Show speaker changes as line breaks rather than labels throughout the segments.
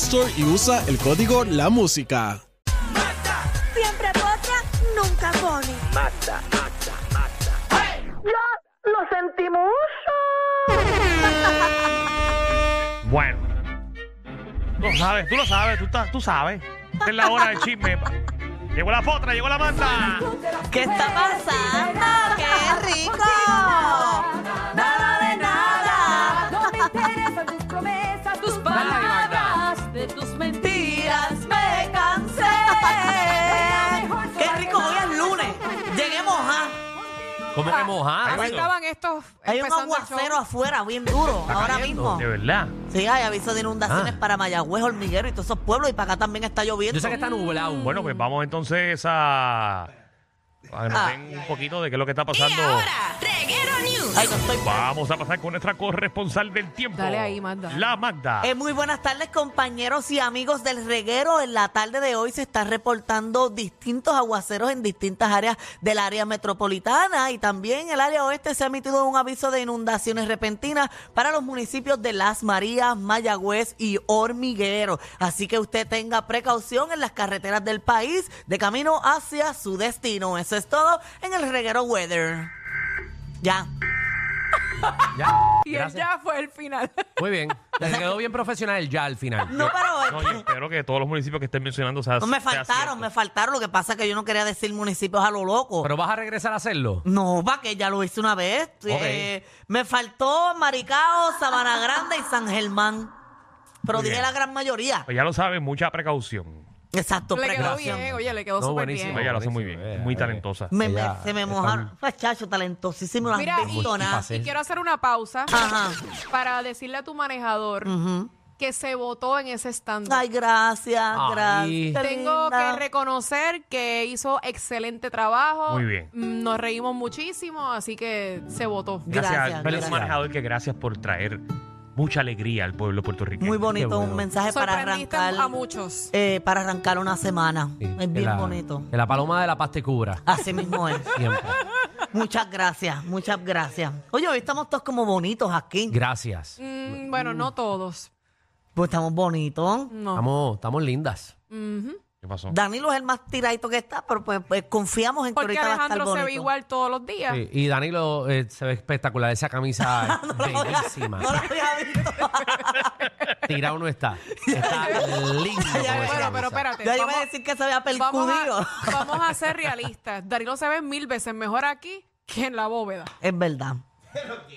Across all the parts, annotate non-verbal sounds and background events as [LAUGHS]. Store y usa el código La Música.
Siempre potra, nunca pone.
¡Lo sentimos!
Bueno. Lo sabes, tú lo sabes, tú, estás- tú sabes. Esta Es la hora del chisme. Llegó la potra, llegó la manta.
¿Qué está pasando? ¡Qué rico! Nada de nada.
No me interesan tus promesas, tus
palabras,
palabras, de tus
Días
mentiras.
me cansé. Qué rico hoy es lunes. Llegué mojá.
¿Cómo que
Ah,
mojada?
Así estaban estos
Hay un
empezando el
aguacero
show.
afuera bien duro ahora mismo.
De verdad.
Sí, hay aviso de inundaciones
Ah.
para Mayagüez, Hormiguero y todos esos pueblos y para acá también está lloviendo.
Yo sé que está nublado.
Bueno, pues vamos entonces a. A que nos
Ah.
den un poquito de qué es lo que está pasando.
Ay, no estoy
Vamos a pasar con nuestra corresponsal del tiempo.
Dale ahí, Magda.
La Magda.
Eh, muy buenas tardes compañeros y amigos del reguero. En la tarde de hoy se están reportando distintos aguaceros en distintas áreas del área metropolitana y también en el área oeste se ha emitido un aviso de inundaciones repentinas para los municipios de Las Marías, Mayagüez y Hormiguero. Así que usted tenga precaución en las carreteras del país de camino hacia su destino. Eso es todo en el reguero weather. Ya.
Ya.
Y él
Gracias.
ya fue el final.
Muy
[LAUGHS]
bien. Te quedó bien profesional ya al final.
No para hoy.
No, yo espero que todos los municipios que estén mencionando sean.
No me
sea cierto.
faltaron, me faltaron. Lo que pasa es que yo no quería decir municipios a lo loco.
Pero vas a regresar a hacerlo.
no, va que ya lo hice una vez. Eh, me faltó Maricao, Sabana Grande y San Germán. Pero
Muy
dije
bien.
la gran mayoría.
Pues ya lo saben, mucha precaución.
Exacto,
Le quedó
precaución.
bien, oye, le quedó
No,
súper
buenísimo.
bien.
Ella lo hace muy
buenísimo,
bien,
eh,
muy
eh.
talentosa.
Me- me-
Ella
se me
está-
mojaron. Muchacho, talentosísimo, no
Mira,
has
y-
visto nada.
multifacética.
Y quiero hacer una pausa
Ajá.
para decirle a tu manejador
Ujú.
que se votó en ese stand.
Ay, gracias,
Ay.
gracias.
Tengo
linda.
que reconocer que hizo excelente trabajo.
Muy bien.
Mm, Nos reímos muchísimo, así que se votó.
Gracias,
Gracias,
Feliz
gracias.
manejador que gracias por traer mucha alegría al pueblo puertorriqueño.
Muy bonito,
Qué bueno.
un mensaje para
Sorprendiste
arrancar.
a muchos.
eh, para arrancar una semana.
Sí, eh, que
es bien
la-
bonito.
Que la paloma de la paz te cubra.
Así mismo es.
[LAUGHS]
Siempre.
Muchas gracias, muchas gracias. Oye, hoy estamos todos como bonitos aquí.
Gracias.
Mm, bueno, no todos.
Pues estamos bonitos.
No.
Estamos, estamos lindas.
Ujú.
¿Qué pasó?
Danilo es el más tiradito que está, pero pues, pues, confiamos en que
Porque
ahorita va a estar
Alejandro
bonito.
se ve
[LAUGHS]
igual todos los días.
Sí, Y Danilo eh, se ve espectacular. Esa
[LAUGHS]
camisa es
No lo había-
bellísima.
no lo había visto.
Tirado no está. Está lindo. con
ya,
esa
Bueno, pero
camisa.
espérate.
Ya iba
vamos-
a decir que se vea
Vamos
percudido. [LAUGHS]
a, vamos a ser realistas. Danilo se ve mil veces mejor aquí que en la bóveda.
Es verdad.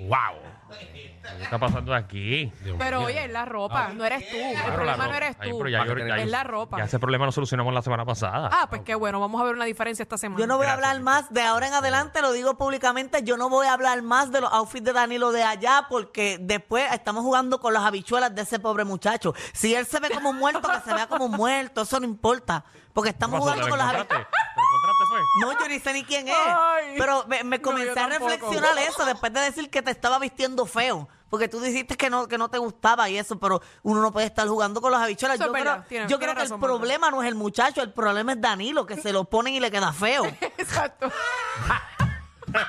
¡Wow!
¿Qué está pasando aquí?
Pero oye, es la ropa, no eres tú. El
Ah, Claro, la
problema no
ropa.
eres
Ay,
tú.
pero ya yo-
Es
ya yo-
la ropa.
Ya ese problema lo solucionamos la semana pasada.
Ah, pues qué bueno, vamos a ver una diferencia esta semana.
Yo no voy a
Gracias,
hablar más de ahora en adelante, lo digo públicamente, yo no voy a hablar más de los outfits de Danilo de allá porque después estamos jugando con las habichuelas de ese pobre muchacho. Si él se ve como un muerto, que se vea como un muerto, eso no importa, porque
¿Qué
estamos
pasó?
jugando
¿Te
con las
encontraste?
habichuelas.
¿Te encontraste, fue?
No, yo ni sé ni quién es.
Ay.
pero me, me
No,
comencé
yo
a
tampoco.
reflexionar eso después de decir que te estaba vistiendo feo. Porque tú dijiste que no, que no te gustaba y eso, pero uno no puede estar jugando con los habichuelas.
Eso
Yo
es
creo,
verdad, tiene-
yo
tiene
creo que el
razón, Marta.
problema no es el muchacho, el problema es Danilo, que se lo ponen y le queda feo.
[LAUGHS] Exacto.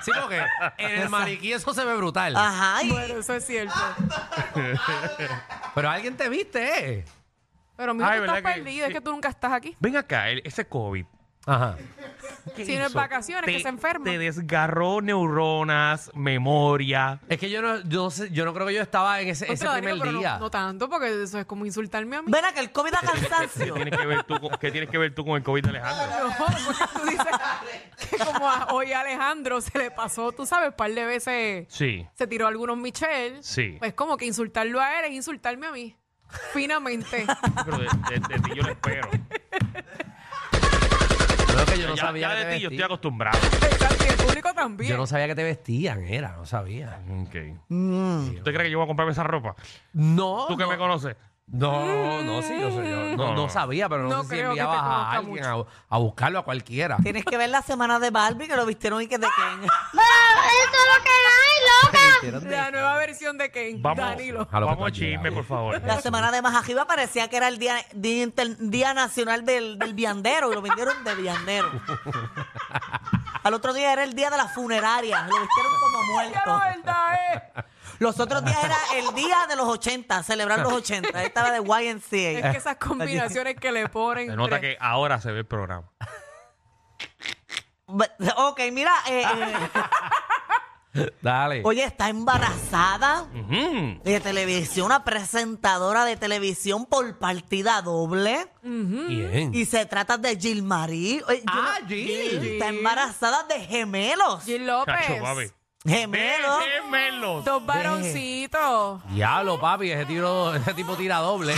Sí, porque en el mariquí eso se ve brutal.
Ajá. y-
Bueno, eso es cierto.
Pero alguien te viste, ¿eh?
Pero mira,
Ay,
tú estás
¿verdad que-
perdido, es
sí.
que tú nunca estás aquí.
Ven acá, el- ese COVID.
Ajá.
¿Qué
Si no es
hizo?
vacaciones, que
Te-
se enferma.
Te desgarró neuronas, memoria.
Es que yo no, yo no sé, yo no creo que yo estaba en ese,
Contra,
ese
Danilo,
primer
pero no-
día.
No, tanto, porque eso es como insultarme [LAUGHS] a mí.
Ven acá, el COVID da
¿Qué [LAUGHS]
cansancio.
tienes que ver tú con, qué tienes que ver tú con el COVID de Alejandro?
No, porque tú dices que como a- hoy a Alejandro se le pasó, tú sabes, un par de veces
Sí.
se tiró algunos Michelle.
Sí.
Pues como que insultarlo a él es insultarme a mí. Finamente.
Pero de, de- de ti yo lo espero.
No, es que yo no
ya,
sabía
ya
que
de
te
ti yo estoy
vestían.
acostumbrado.
[LAUGHS] Exacto, y el público también.
Yo no sabía que te vestían, era, no sabía.
Ok. ¿Usted cree que yo voy a comprarme esa ropa?
No.
¿Tú que
no.
me conoces?
No, no, sí, yo, sé, yo no,
No,
no sabía, pero no,
Mm. No
sé si
creo que te
enviabas a
conozca
alguien a, a buscarlo a cualquiera.
Tienes que ver la semana de Barbie que lo vistieron y que de
¡Ah!
Ken.
La nueva versión de Ken.
Vamos,
Danilo.
A lo que tú
vamos a
has llegado.
chisme, por favor.
La semana de más arriba parecía que era el día, día, inter- día nacional del, del viandero y lo vendieron de
[LAUGHS]
viandero. Al otro día era el día de las funerarias, lo vistieron como
[LAUGHS] Ya eh. la
muerto.
verdad
Los otros días era el día de los 80, celebrar los 80. Él estaba de
[LAUGHS] es,
YNCA.
es que esas combinaciones que le ponen.
Se nota que
entre-
ahora se ve el programa.
But- [LAUGHS] Ok, mira, eh, eh,
[LAUGHS]
[LAUGHS]
Dale.
oye, está embarazada
Ujú.
de televisión, una presentadora de televisión por partida doble.
Mm. Bien.
Y se trata de Jill Marie. Oye, yo
Ah,
no-
Jill.
Está embarazada de gemelos.
Gil López.
Chacho, papi.
Gemelos.
Déjenmelos.
Dos varoncitos.
Diablo, papi, ese, tiro, ese tipo tira doble.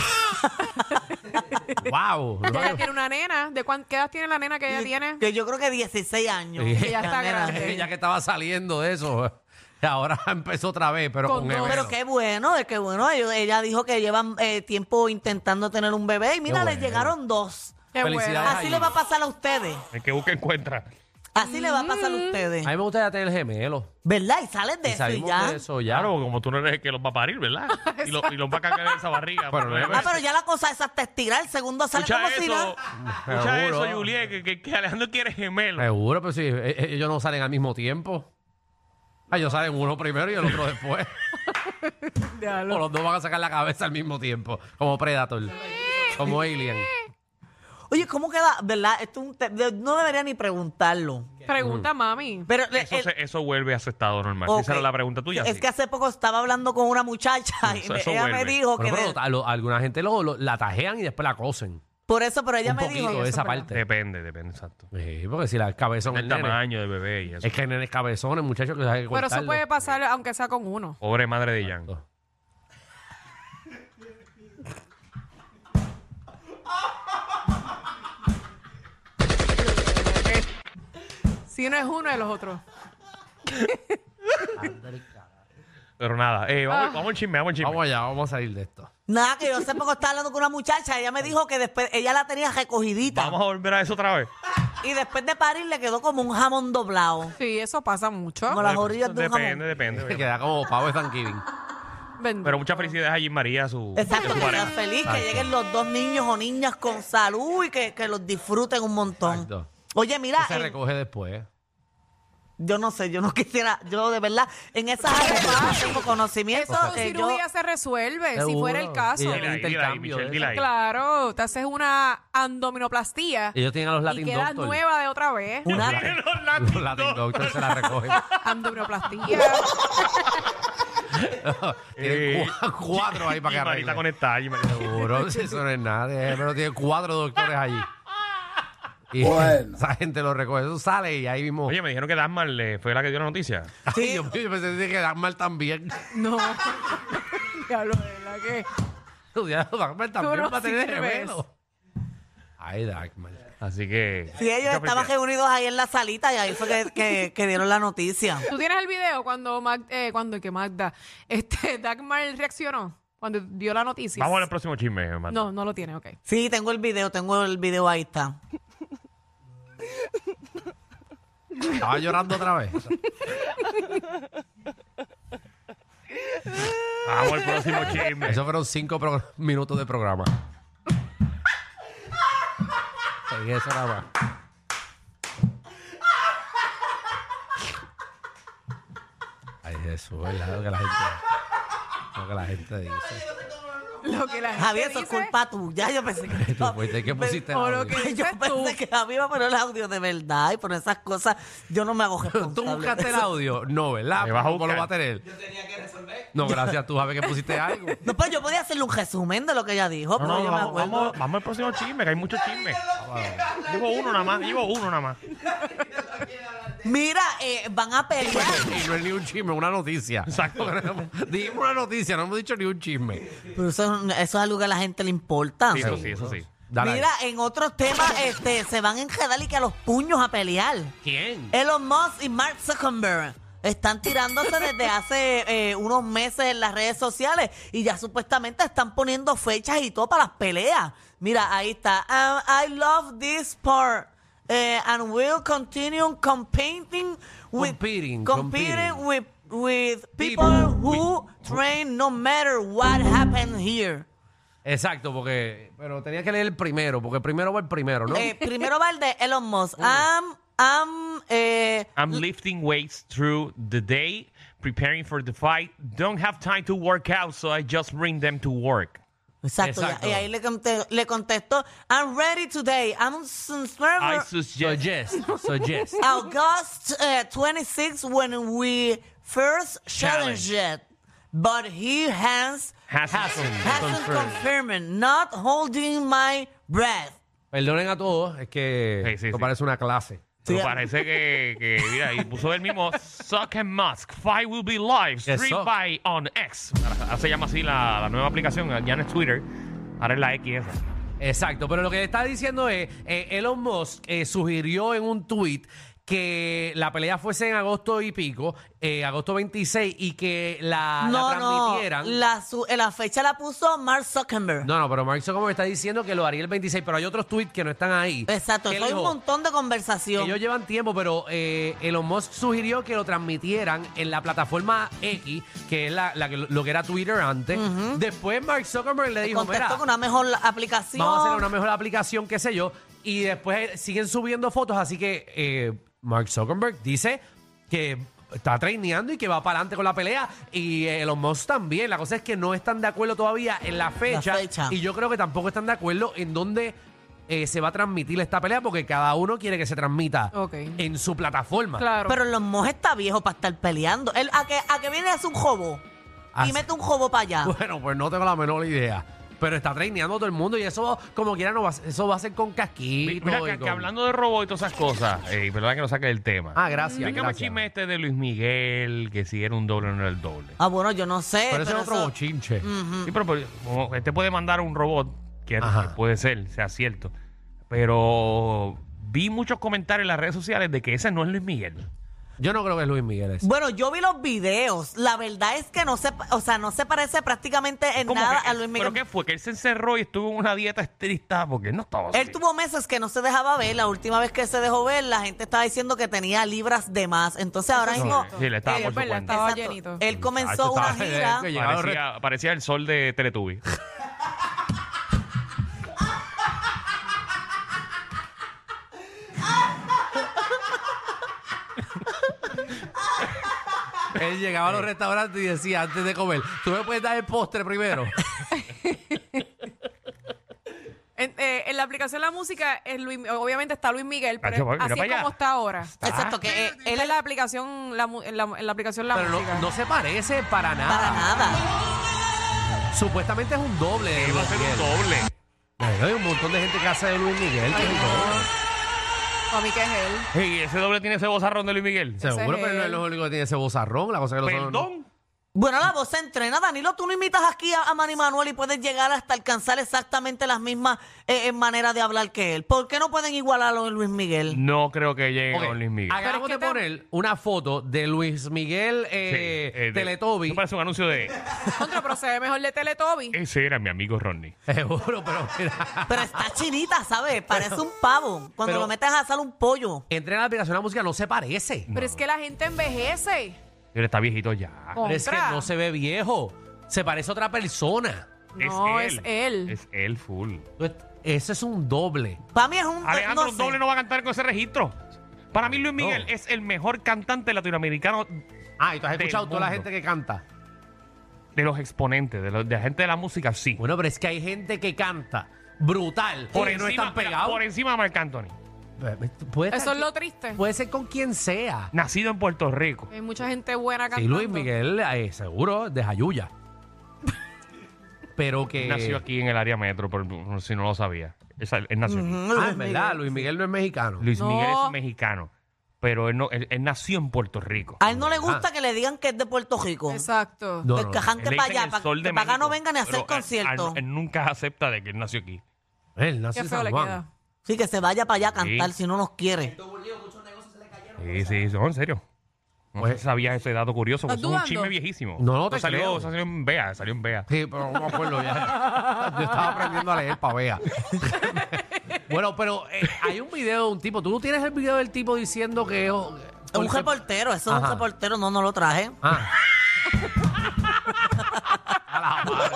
[LAUGHS]
wow.
Ella tiene una nena. ¿De cuán- qué edad tiene la nena que ella tiene?
Que yo creo que 16 años.
Sí.
Ella está
Nena.
grande.
ya que estaba saliendo de eso, ahora empezó otra vez, pero con,
Con dos.
gemelos.
Pero qué bueno, es que bueno. ellos- Ella dijo que llevan eh, tiempo intentando tener un bebé y mira,
Qué
le
bueno.
llegaron dos.
Qué bueno.
Felicidades.
Así
Ay.
le va a pasar a ustedes.
El que busca encuentra.
Así le va a pasar a
Mm.
ustedes.
A mí me gustaría tener gemelos.
¿Verdad? Y salen de
Y
eso y
salimos
ya.
de eso ya.
Claro, porque como tú no eres el que los va a parir, ¿verdad? Y, lo- y los va a cagar en esa barriga.
Pero no es
Ah, pero ya la cosa es hasta estirar. El segundo sale
Escucha
como si
eso,
no.
escucha
Seguro.
eso, Juliet, que, que- que Alejandro quiere gemelo.
Seguro, pero si eh, eh, ellos no salen al mismo tiempo. Ah, Ellos salen uno primero y el otro después. o los dos van a sacar la cabeza al mismo tiempo, como Predator, como Alien.
Oye, ¿cómo queda? ¿Verdad? Esto es un te- de- no debería ni preguntarlo.
Pregunta, mami.
Pero le- eh,
Eso,
el-
se- eso vuelve a su estado normal.
Ok.
Esa era la pregunta tuya.
Es
sí.
que hace poco estaba hablando con una muchacha y
Eso-
me-
eso
ella me
vuelve.
dijo que
Bueno, pero
de-
a lo- alguna gente lo, lo- la tajean y después la cosen.
por eso, pero ella
un
me
poquito
dijo
de esa
es verdad.
parte.
Depende, depende, exacto.
Sí, porque si la cabezón
El
el nene.
tamaño del bebé y eso.
Es que el nene es cabezón, muchachos que hay que
Pero eso
cortarlo.
puede pasar aunque sea con uno.
Pobre madre de Jan.
Si no es uno, es los otros.
Pero nada, eh, vamos,
Ah.
vamos al chisme, vamos al chisme.
Vamos allá, vamos a salir de esto. [LAUGHS]
nada que yo hace poco estaba hablando con una muchacha, ella me dijo que después ella la tenía recogidita
Vamos a volver a eso otra vez.
y después de parir le quedó como un jamón doblado,
Sí, eso pasa mucho.
como las orillas de un
depende,
jamón.
depende.
Se
obviamente.
queda como pavo de Thanksgiving.
Bendito.
Pero muchas felicidades a Jim María, su,
Exacto,
su
que sea
pareja.
feliz, que lleguen los dos niños o niñas con salud y que, que los disfruten un montón.
Exacto.
Oye, mira,
Se
en-
recoge después.
yo no sé, yo no [LAUGHS] quisiera, yo de verdad, en esas áreas no tengo conocimiento.
Eso con
eh, yo-
cirugía se resuelve, si
Seguro.
fuera el caso.
Y
Dile ahí, dile ahí,
intercambio,
Michelle,
¿eh?
dile ahí.
Claro, te haces una andominoplastía
Ellos tienen a los
y
Latin
quedas
Doctor.
nueva de otra vez.
una-
Los
Los
latinos.
Latin Doctor se la recogen.
Andominoplastía.
Tienen cua- cuatro ahí para que
Eh, Jim María está
arreglen.
conectada, Jim María.
Seguro, si eso no es nada. eh, Pero tiene cuatro doctores allí. Y esa gente lo recoge. Eso sale y ahí mismo.
Oye, me dijeron que Dasmar eh, fue la que dio la noticia.
Ay, Dios mío, yo pensé que Dan mal también. [LAUGHS]
[LAUGHS] no. Diablo, de verdad que.
Dagmar también
no
va a tener
sirves.
gemelo. Ay, Dagmar.
Así que.
Sí, ellos
muchas
estaban
felicidades.
reunidos ahí en la salita y ahí fue que, que- que dieron la noticia.
¿Tú tienes el video cuando Mag- eh, cuando que Magda, este Dagmar reaccionó cuando dio la noticia?
Vamos al próximo chisme, hermano.
No, no lo tiene, ok.
Sí, tengo el video, tengo el video ahí está.
Estaba llorando otra vez.
Vamos al próximo chisme.
Eso fueron cinco pro- minutos de programa. En eso nada más. Ay, Jesús, ¿verdad? Lo que la gente, lo que la gente dice.
lo que la gente
Javier, eso es
dice-
culpa tuya. Yo pensé que.
Tú fuiste, ¿qué pusiste?
o lo
Javier?
que-
[LAUGHS] Yo
Dices tú.
pensé que Javier iba a poner el audio de verdad y por esas cosas yo no me hago
¿Tú
responsable.
buscaste el audio? No, ¿verdad?
Me vas a
¿Cómo lo
buscar.
va a tener? Yo tenía que resolver. No, gracias. Tú sabes que pusiste algo.
No, pues yo podía hacerle un resumen de lo que ella dijo,
No,
pero
no,
yo me
vamos,
acuerdo.
vamos, vamos al próximo chisme, que hay muchos chismes. Llevo uno nada más, llevo uno nada más.
Mira, eh, van a pelear.
Y no es ni un chisme, es una noticia.
Exacto.
[LAUGHS] Dijimos una noticia, no hemos dicho ni un chisme.
Pero eso, es- eso es algo que a la gente le importa.
Sí, eso sí, eso sí.
Dale ahí.
Mira, en otros temas este, se van a enredar y que a los puños a pelear.
¿Quién?
Elon Musk y Mark Zuckerberg están tirándose desde hace eh, unos meses en las redes sociales y ya supuestamente están poniendo fechas y todo para las peleas. Mira, ahí está. Um, I love this sport. eh, and will continue competing with
Competing,
competing
competing.
with with people,
People.
who train no matter what happened here.
Exacto, porque. Pero tenía que leer el primero, porque primero va el primero, ¿no?
Eh, primero va el de Elon [LAUGHS] Musk. I'm, I'm, eh,
I'm lifting weights through the day, preparing for the fight. Don't have time to work out, so I just bring them to work.
Exacto.
Exacto.
Y ahí le, conte- le contestó, I'm ready today. I'm
I
September
suggest
Suggest. Suggest.
August uh, 26 when we first challenged it. But he has
Hasn't
hasn't
confirmed.
confirmed, not holding my breath.
Perdonen a todos, es que
Sí, sí,
esto
sí.
parece una clase.
Pero
Sí.
parece que, que, mira, y puso el mismo Suck and Musk. Fight will be live. Stream
Eso.
by on X. Ahora, ahora se llama así la, la nueva aplicación. Ya no es Twitter. Ahora es la X.
Exacto, pero lo que está diciendo es, eh, Elon Musk eh, sugirió en un tuit que la pelea fuese en agosto y pico, eh, agosto 26, y que Ah, la, la
No, no.
transmitieran.
La, su- eh, la fecha la puso Mark Zuckerberg.
No, no, pero Mark Zuckerberg está diciendo que lo haría el 26, pero hay otros tweets que no están ahí.
Exacto.
Que
Eso
él
hay un
dijo,
montón de conversación.
Ellos llevan tiempo, pero eh, Elon Musk sugirió que lo transmitieran en la plataforma X, que es la, la que- lo que era Twitter antes. Después Mark Zuckerberg le
Le
dijo,
contestó
mira,
con una mejor aplicación.
vamos a hacer una mejor aplicación, qué sé yo. Y después eh, siguen subiendo fotos, así que eh, Mark Zuckerberg dice que está traineando y que va para adelante con la pelea. Y eh, Elon Musk también. La cosa es que no están de acuerdo todavía en la fecha.
fecha.
Y yo creo que tampoco están de acuerdo en dónde eh, se va a transmitir esta pelea, porque cada uno quiere que se transmita
Ok.
en su plataforma.
Claro.
Pero los Moss está viejo para estar peleando. Él, a, que, a que viene hace un jobo.
Así-
Y mete un jobo para allá.
Bueno, pues no tengo la menor idea. Pero está traineando todo el mundo y eso, como quiera, no va, a- eso va a ser con casquito.
Mira,
y
que, que
con-
hablando de robots y todas esas cosas. eh, verdad que no saque el tema.
Ah, gracias.
Explícame el
gracias.
chisme este de Luis Miguel, que si era un doble o no era el doble.
Ah, bueno, yo no sé.
Pero Mm. ese es
pero
otro
eso-
bochinche.
Sí, pero, pero, como este puede mandar un robot, que,
Ajá.
que puede ser, sea cierto. Pero vi muchos comentarios en las redes sociales de que ese no es Luis Miguel.
Yo no creo que es Luis Miguel ese.
Bueno, yo vi los videos. La verdad es que no se, pa- o sea, no se parece prácticamente en
¿Cómo
nada
que-
a Luis Miguel.
¿Pero qué fue? Que él se encerró y estuvo en una dieta estricta porque él no estaba así.
Él tuvo meses que no se dejaba ver. La última vez que se dejó ver, la gente estaba diciendo que tenía libras de más. Entonces ahora
Sí,
mismo.
sí, le estaba
Eh,
por su
verdad,
cuenta.
estaba
exacto,
llenito.
Él comenzó
Muchacho,
una
estaba-
gira.
que llegaba el re-
Parecía, parecía el sol de Teletubby.
Él llegaba a los restaurantes y decía antes de comer, tú me puedes dar el postre [LAUGHS] primero.
En, eh, en la aplicación de la música, es Luis, obviamente está Luis Miguel, pero
Nacho, mira pa'
así es
allá. Ah.
como está ahora.
Exacto, que eh,
Él
él
en la aplicación, la, mu- en, la, en la aplicación la
Pero
música.
no, no se parece para nada.
para nada.
Supuestamente es un doble de
Iba a
Luis
ser un
Miguel.
doble.
Bueno, hay un montón de gente que hace de Luis Miguel. que es un doble.
Para mí que es él.
Y ese doble tiene ese bozarrón de Luis Miguel.
Seguro, pero no es lo único que tiene ese vozarrón. La cosa que los otros no-
Perdón.
Bueno, la voz se entrena, Danilo. Tú no imitas aquí a, a Manny Manuel y puedes llegar hasta alcanzar exactamente las mismas eh, eh, maneras de hablar que él. ¿Por qué no pueden igualarlo en Luis Miguel?
No creo que llegue
Ok,
con Luis Miguel.
Acabamos de poner una foto de Luis Miguel
Sí,
eh,
eh, de-
Teletobi.
eso parece un anuncio de.
Contra, pero se ve mejor de Teletobi.
Ese era mi amigo Ronnie.
[LAUGHS] Seguro, pero mira.
Pero
[LAUGHS]
está chinita, ¿sabes? Parece un pavo. Cuando
pero-
lo metes a asar un pollo.
Entra en la aplicación de la música, no se parece.
Pero es que la gente envejece.
Pero está viejito ya.
Oh.
Pero es que
Contra.
no se ve viejo. Se parece a otra persona.
No, es él.
Es él full.
Tú est- Ese es un doble.
Para mí es un. eh,
Alejandro
no sé.
Doble no va a cantar con ese registro. Para mí Luis Miguel
No.
es el mejor cantante latinoamericano.
Ah, y tú has
Del
escuchado toda la
mundo.
gente que canta.
de los exponentes, de, los- de la gente de la música, sí.
Bueno, pero es que hay gente que canta brutal
por
que
encima,
no están pegados.
Por encima de Marc Anthony.
Puede,
Eso
estar-
es lo triste.
puede ser con quien sea.
Nacido en Puerto Rico.
Eh.
Hay mucha gente buena
Sí,
cantando.
Luis Miguel, eh, seguro, de Jayuya. pero que...
Nació aquí en el área metro, por, por si no lo sabía. Esa- Él, nació aquí.
Mm,
Ah, en verdad, Luis Miguel no es mexicano.
Luis
No.
Miguel es mexicano, pero él, no, él, él nació en Puerto Rico.
A él no le gusta que le digan que es de Puerto Rico.
Exacto.
No,
Pues
no,
que
no.
arranque
Él le
para
dicen
allá,
el
para,
sol de
para acá no
México,
vengan a hacer
pero eh, a- a-
conciertos.
él nunca acepta de que él nació aquí.
Él nació
Qué
en
feo
San
le
Juan.
queda.
Sí, que se vaya para allá a cantar
Sí.
si no nos quiere.
Sí, sí, no, en serio. No
Pues-
sé si sabías ese dato curioso, porque eso
¿Estás
es un chisme
dudando?
viejísimo.
No, no te
salió,
creo.
eso salió en Bea, salió en Bea.
Sí, pero no me acuerdo ya. Yo estaba aprendiendo a leer pavea. [LAUGHS] bueno, pero eh, hay un video de un tipo. ¿Tú no tienes el video del tipo diciendo que es un
Es un reportero, eso es
Ajá.
un reportero, no, no lo traje.
Ah. A la madre.